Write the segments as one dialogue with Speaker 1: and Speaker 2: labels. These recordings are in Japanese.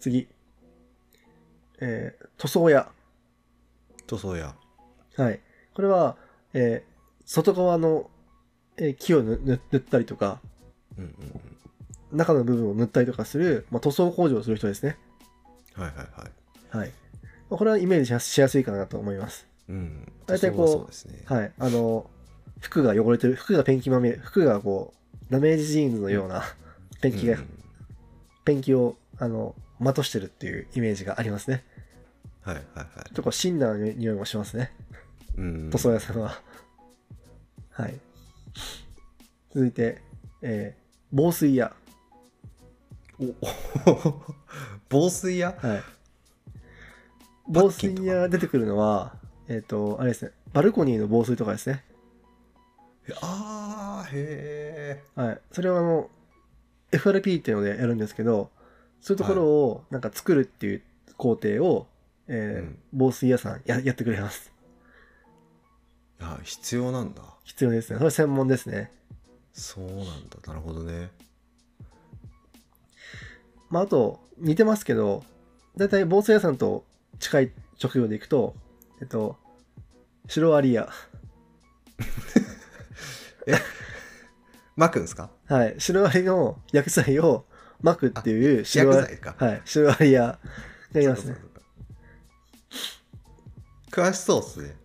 Speaker 1: 次。えー塗装屋。
Speaker 2: 塗装屋。
Speaker 1: はい。これは、えー外側の、えー木をぬぬ塗ったりとか、
Speaker 2: うんうん
Speaker 1: 中の部分を塗ったりとかする、まあ、塗装工場をする人ですね。
Speaker 2: うん。はいはいはい。
Speaker 1: はい。まあこれはイメージしやすしやすいかなと思います。
Speaker 2: うん。
Speaker 1: 大体こう
Speaker 2: 塗装はそうですね。
Speaker 1: はい。あの、服が汚れてる、服がペンキまみれ、服がこう、ダメージジーンズのような、ペンキが、
Speaker 2: うんうん
Speaker 1: ペンキを、あの、まとしてるっていうイメージがありますね。
Speaker 2: はいはいはい。
Speaker 1: ちょっとこう、シンナーの匂いもしますね。
Speaker 2: うん
Speaker 1: 塗装屋さんは。はい。続いて、えー防水屋。
Speaker 2: お 防水屋
Speaker 1: はい。
Speaker 2: パ
Speaker 1: 防
Speaker 2: ッキン
Speaker 1: 水
Speaker 2: とか
Speaker 1: 屋が出てくるのは、えっ、と、あれですね、バルコニーの防水とかですね。
Speaker 2: へあーへ
Speaker 1: はい。それはあの、FRP っていうのでやるんですけど、そういうところをなんか作るっていう工程を、えー
Speaker 2: うん
Speaker 1: 防水屋さんややってくれます。
Speaker 2: えあ必要なんだ
Speaker 1: 必要ですね。それ専門ですね。
Speaker 2: そうなんだなるほどね
Speaker 1: まあ、あと、似てますけど、だいたい防水屋さんと近い職業でいくと、えっと、シロアリ屋。
Speaker 2: 巻くんですか
Speaker 1: はい。シロアリの薬剤を巻くっていうシロ
Speaker 2: 薬
Speaker 1: アリ、
Speaker 2: 剤か
Speaker 1: はい。シロアリ屋がいますね
Speaker 2: そう。そうそう詳しそうっすね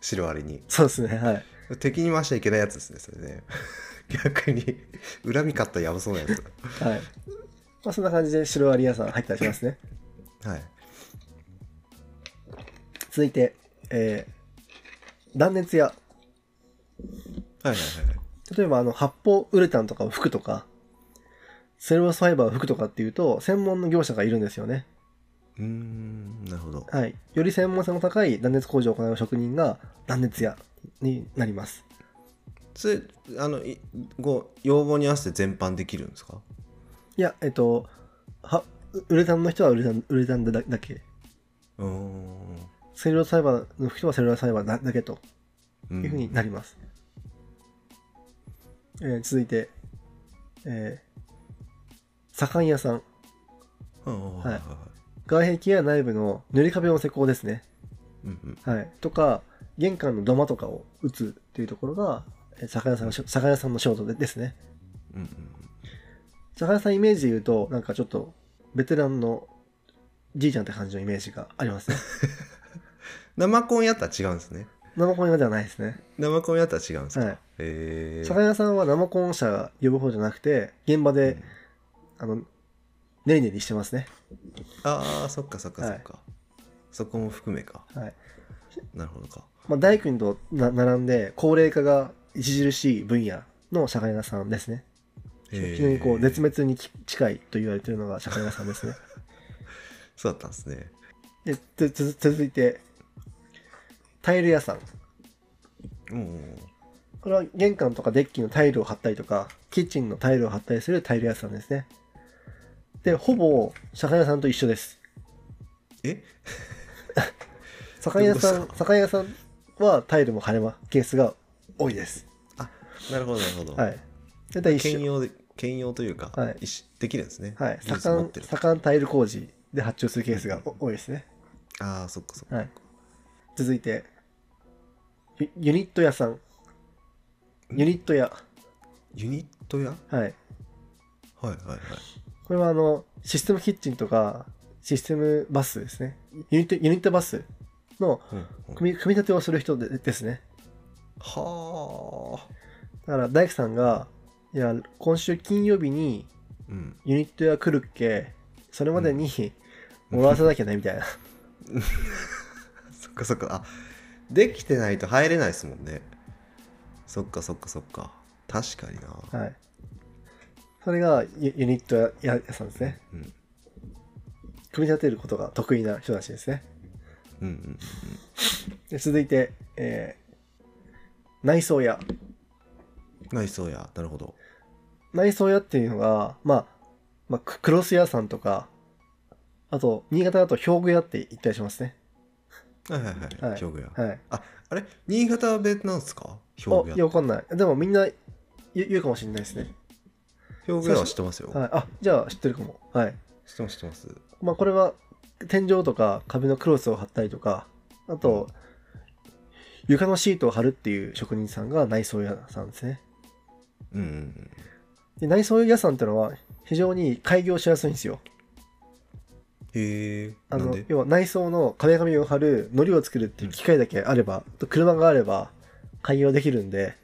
Speaker 2: シロアリに
Speaker 1: そうですね。はい。
Speaker 2: 敵に回しちゃいけないやつですねそれね 逆に恨み買ったらやばそうなやつ
Speaker 1: はい。まあ、そんな感じでシロアリ屋さん入ったりしますね。
Speaker 2: はい
Speaker 1: 続いて、えー断熱屋
Speaker 2: はいはいはいはい
Speaker 1: 例えばあの発泡ウレタンとかを服とかセルロースファイバーを服とかっていうと専門の業者がいるんですよね
Speaker 2: うーんなるほど
Speaker 1: はいより専門性の高い断熱工事を行う職人が断熱屋になります
Speaker 2: それあのいご要望に合わせて全般できるんですか
Speaker 1: いやえっとはウレタンの人はウレタンウレタンだだけ
Speaker 2: うーん
Speaker 1: セルロースファイバーの人はセルロースファイバーだだけと
Speaker 2: うん
Speaker 1: いうふうになります、えー続いてえー、左官屋さん
Speaker 2: うんはいはいはい
Speaker 1: 外壁や内部の塗り壁の施工ですね。
Speaker 2: うんうん
Speaker 1: はい。とか、玄関の土間とかを打つっていうところが、えー酒屋さんのし、酒屋さんの仕事でですね。
Speaker 2: うんうん
Speaker 1: 酒屋さんイメージで言うと、なんかちょっと、ベテランのじいちゃんって感じのイメージがありますね。
Speaker 2: 生コンやったら違うんですね
Speaker 1: 生コン屋ではないですね。
Speaker 2: 生コンやったら違うんですか、
Speaker 1: はい。
Speaker 2: え
Speaker 1: 酒屋さんは生コン者が呼ぶ方じゃなくて、現場で、あの、ねりねりしてますね。
Speaker 2: ああそっかそっかそっか、そこも含めか
Speaker 1: はい。
Speaker 2: なるほどか
Speaker 1: まあ、大工にとな並んで、高齢化が著しい分野の酒屋さんですね。非常にこう絶
Speaker 2: 滅
Speaker 1: 滅にき近いと言われているのが社会屋さん ですね。
Speaker 2: そうだったんですね
Speaker 1: でつつ続いてタイル屋さん
Speaker 2: うん
Speaker 1: これは玄関とかデッキのタイルを貼ったりとかキッチンのタイルを貼ったりするタイル屋さんですね。でほぼ社会屋さんと一緒です。
Speaker 2: え
Speaker 1: 酒屋さ
Speaker 2: どういうんことですか
Speaker 1: 酒屋さんはタイルも貼れまケースが多いです。
Speaker 2: なるほどなるほど、
Speaker 1: はい。大体一
Speaker 2: 兼
Speaker 1: 緒。
Speaker 2: 用で兼用というか、
Speaker 1: はい
Speaker 2: 一緒できるんですね
Speaker 1: はい。
Speaker 2: 技術持っ
Speaker 1: 盛ん
Speaker 2: てる
Speaker 1: 盛んタイル工事で発注するケースがお多いですね。
Speaker 2: ああそっかそっか、
Speaker 1: はい。続いて、ユユニット屋さん。ユニット屋。
Speaker 2: ユニットや
Speaker 1: はい。
Speaker 2: はいはいはい
Speaker 1: これはあの、システムキッチンとか、システムバスですね。ユニット、ユニットバスの
Speaker 2: うんうん
Speaker 1: 組み組み立てをする人でですね。
Speaker 2: はあ
Speaker 1: だから大工さんが、いや、今週金曜日に
Speaker 2: うん
Speaker 1: ユニット屋来るっけ、それまでに、もらわせなきゃね、みたいな。
Speaker 2: そっかそっかあできてないと入れないですもんねそっかそっかそっか確かにな、
Speaker 1: はい。それがユユニット屋屋さんですね。
Speaker 2: うん
Speaker 1: 組み立てることが得意な人たちですね。
Speaker 2: うんうん
Speaker 1: で続いて、えー内装屋
Speaker 2: 内装やなるほど
Speaker 1: 内装屋っていうのが、まあ、まあククロス屋さんとかあと新潟だと兵具屋って言ったりしますね
Speaker 2: はいはいはい、
Speaker 1: はい
Speaker 2: 兵庫や、
Speaker 1: はい
Speaker 2: ああれ新潟弁なんですか兵
Speaker 1: お
Speaker 2: 庫
Speaker 1: いや
Speaker 2: や
Speaker 1: わかんないでもみんな言う言うかもしれないですね、
Speaker 2: 兵庫やは知ってますよ、
Speaker 1: はい、あじゃあ知ってるかもはい
Speaker 2: 知ってます知ってます
Speaker 1: まあこれは天井とか壁のクロスを貼ったりとか、あと床のシートを貼るっていう職人さんが内装屋さんですね。
Speaker 2: うんうんうん
Speaker 1: で内装屋さんってのは非常に開業しやすいんですよ。
Speaker 2: へえ
Speaker 1: あ
Speaker 2: なん
Speaker 1: の
Speaker 2: で
Speaker 1: 要は内装の壁紙を貼る糊を作るっていう機械だけあれば、あと車があれば開業できるんで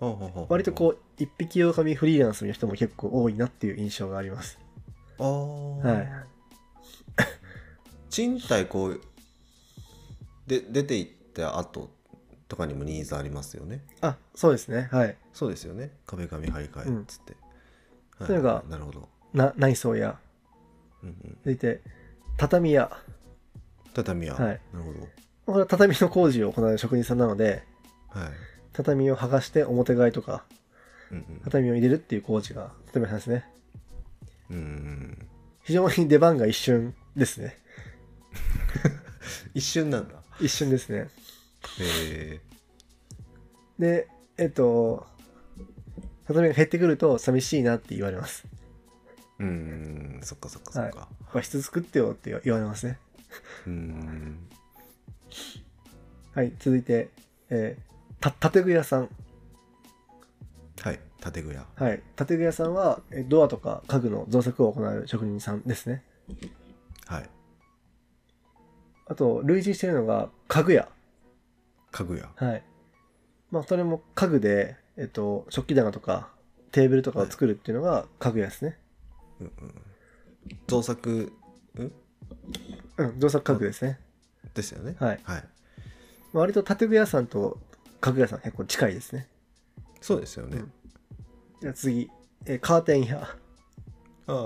Speaker 2: はあはあはあはあ
Speaker 1: 割とこう一匹狼フリーランスの人も結構多いなっていう印象があります。
Speaker 2: ああ、
Speaker 1: はい、
Speaker 2: 賃貸こうで出て行った後とかにもニーズありますよね
Speaker 1: あそうですねはい
Speaker 2: そうですよね壁紙張り替えっつって、
Speaker 1: ん
Speaker 2: はい
Speaker 1: それが
Speaker 2: なるほど、
Speaker 1: な内装屋
Speaker 2: うんうん、
Speaker 1: 続いて畳屋
Speaker 2: 畳屋、
Speaker 1: はい
Speaker 2: なるほど
Speaker 1: これは畳の工事を行う職人さんなので
Speaker 2: はい、
Speaker 1: 畳を剥がして表替えとか
Speaker 2: うんうん
Speaker 1: 畳を入れるっていう工事が畳屋さんですね
Speaker 2: うんうん、
Speaker 1: 非常に出番が一瞬ですね
Speaker 2: 一瞬なんだ
Speaker 1: 一瞬ですね
Speaker 2: へ
Speaker 1: でえっと畳が減ってくると寂しいなって言われます
Speaker 2: えうんそっかそっかそっか、
Speaker 1: 和室作ってよって言われますね
Speaker 2: うん
Speaker 1: はい続いてえー、た建具屋さん
Speaker 2: はい建具屋
Speaker 1: はい建具屋さんはえドアとか家具の造作を行う職人さんですね
Speaker 2: はい
Speaker 1: あと類似してるのが家具屋
Speaker 2: 家具屋
Speaker 1: はい。まあ、それも家具で、えっと、食器棚とかテーブルとかを作るっていうのが家具屋ですね。
Speaker 2: うんうん造作うん
Speaker 1: うん、造作家具ですね。
Speaker 2: でしたよね
Speaker 1: はい。
Speaker 2: はい
Speaker 1: まあ割と建具屋さんと家具屋さん結構近いですね。
Speaker 2: そうですよね、
Speaker 1: うんじゃあ次、えーカーテン屋。
Speaker 2: あ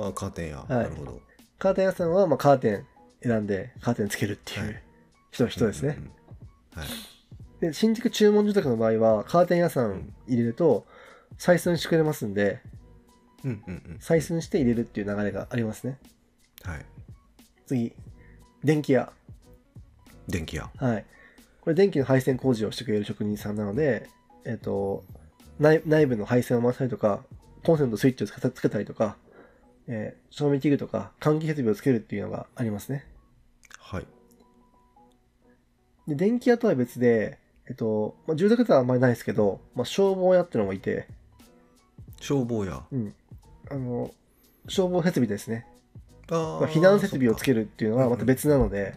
Speaker 2: あカーテン屋、
Speaker 1: い
Speaker 2: なるほど
Speaker 1: カーテン屋さんは、まあ、カーテン選んでカーテンつけるってい
Speaker 2: は
Speaker 1: う
Speaker 2: い
Speaker 1: 人、人ですね
Speaker 2: う。んうんはい
Speaker 1: で、新築注文住宅の場合は、カーテン屋さん入れると、採寸してくれますんで、
Speaker 2: うんうんうん
Speaker 1: 採寸して入れるっていう流れがありますね。
Speaker 2: はい
Speaker 1: 次、電気屋。
Speaker 2: 電気屋
Speaker 1: はい。これ電気の配線工事をしてくれる職人さんなので、えっ、と内、内部の配線を回したりとか、コンセントスイッチをつけたつけたりとか、えー照明器具とか換気設備をつけるっていうのがありますね。
Speaker 2: はい
Speaker 1: で、電気屋とは別で、えっ、と、まあ、住宅ではあんまりないですけど、まあ、消防屋ってのもいて、
Speaker 2: 消防屋
Speaker 1: うん。あの、消防設備ですね。
Speaker 2: あー
Speaker 1: まあ避難設備をつけ
Speaker 2: そっ
Speaker 1: る
Speaker 2: か
Speaker 1: っていうのはまた別なので、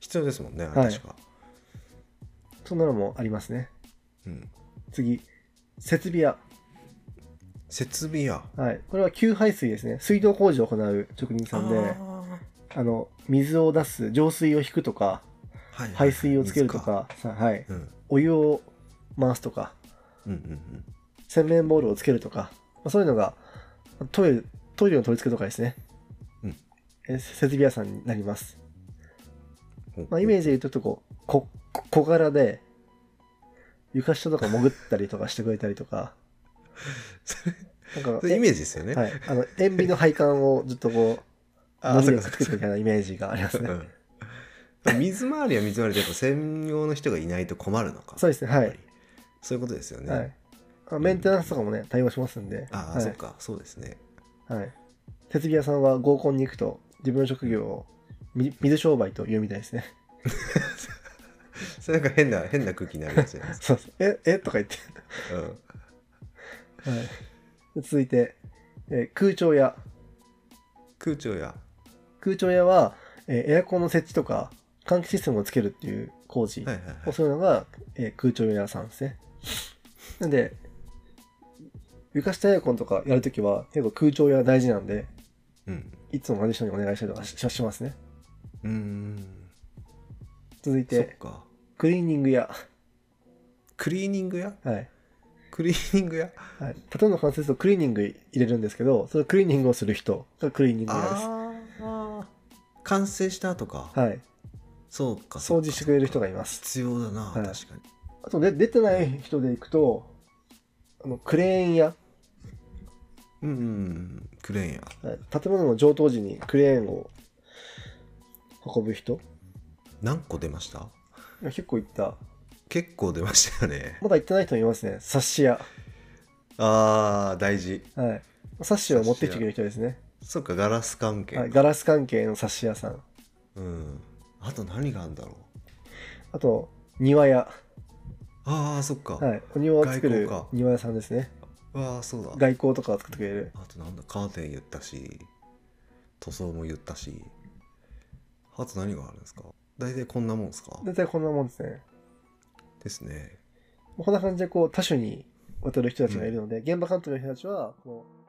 Speaker 2: 必要ですもんね、
Speaker 1: はい
Speaker 2: 確か
Speaker 1: そんなのもありますね。
Speaker 2: うん
Speaker 1: 次、設備屋。
Speaker 2: 設備屋
Speaker 1: はい、これは給排水ですね水道工事を行う職人さんで
Speaker 2: あー
Speaker 1: あの水を出す浄水を引くとか
Speaker 2: はいはい
Speaker 1: 排水をつけるとかさはい、
Speaker 2: 水うん
Speaker 1: お湯を回すとか
Speaker 2: うんうん
Speaker 1: 洗面ボールをつけるとか、まあ、そういうのがトイレトイレの取り付けとかですね、
Speaker 2: うん
Speaker 1: え設備屋さんになります、
Speaker 2: うん
Speaker 1: まあ、イメージで言うとこうここ小柄で床下とか潜ったりとかしてくれたりとか
Speaker 2: それ
Speaker 1: なん
Speaker 2: そ
Speaker 1: か
Speaker 2: れイメージですよね、
Speaker 1: はい、あの塩ビの配管をずっとこう
Speaker 2: ああ
Speaker 1: 飲
Speaker 2: そ
Speaker 1: み
Speaker 2: う
Speaker 1: を
Speaker 2: か
Speaker 1: つけ
Speaker 2: そうか
Speaker 1: てみたいなイメージがありますね。
Speaker 2: うん水回りは水回りでやっぱ専用の人がいないと困るのか
Speaker 1: そうですね、は
Speaker 2: やっぱ
Speaker 1: い
Speaker 2: り。そういうことですよね、
Speaker 1: はいあメンテナンスとかもね、対応しますんで、
Speaker 2: ああ、
Speaker 1: はい
Speaker 2: そっかそうですね
Speaker 1: はい。設備屋さんは合コンに行くと、自分の職業をみ水商売と言うみたいですね。
Speaker 2: それなんか変な変な空気になるやつじゃないです
Speaker 1: そうそうえ、えとか言って。
Speaker 2: か、うん、
Speaker 1: はい、で 続いて、えー空調屋。
Speaker 2: 空調や
Speaker 1: 空調屋は、えーエアコンの設置とか、換気システムをつけるっていう工事
Speaker 2: はいはいはい
Speaker 1: をするのが、えー空調屋さんですね。なんで、床下エアコンとかやるときは、結構空調屋大事なんで、
Speaker 2: うん
Speaker 1: いつも同じ人にお願いしたりとかしししますね。
Speaker 2: うーん
Speaker 1: 続い、
Speaker 2: そってか
Speaker 1: クリーニング屋。
Speaker 2: クリーニング屋
Speaker 1: はい。
Speaker 2: クリーニング屋
Speaker 1: はい、例えば関節とクリーニング入れるんですけど、そのクリーニングをする人がクリーニング屋です。
Speaker 2: ああ完成したとか、
Speaker 1: はい。
Speaker 2: そうかそ
Speaker 1: 掃
Speaker 2: うか
Speaker 1: 除してくれる人がいます。
Speaker 2: 必要だな、
Speaker 1: はい
Speaker 2: 確かに
Speaker 1: あとで、出てない人で行くと、あのクレーン屋、
Speaker 2: うんうんうんクレーンや
Speaker 1: はい建物の上等時にクレーンを運ぶ人
Speaker 2: 何個出ました
Speaker 1: 結構行った。
Speaker 2: 結構出ましたよね
Speaker 1: まだ行ってない人もいますね。冊子屋。
Speaker 2: あー大事
Speaker 1: はい。冊子を持ってきてくれる人ですね。
Speaker 2: そっかガラス関係
Speaker 1: はい、ガラス関係の冊子屋さん。
Speaker 2: うんあと何があるんだろう
Speaker 1: あと、庭屋。
Speaker 2: ああそっか、
Speaker 1: はい。お庭を作
Speaker 2: 外
Speaker 1: る
Speaker 2: 交か
Speaker 1: 庭屋さんですね。
Speaker 2: わあそうだ
Speaker 1: 外交とかを作ってくれる。
Speaker 2: あとなんだカーテン言ったし塗装も言ったしあと何があるんですか大体こんなもんですか
Speaker 1: 大体こんなもんですね。
Speaker 2: ですね
Speaker 1: こんな感じでこう多種に渡る人たちがいるので、現場監督の人たちはこう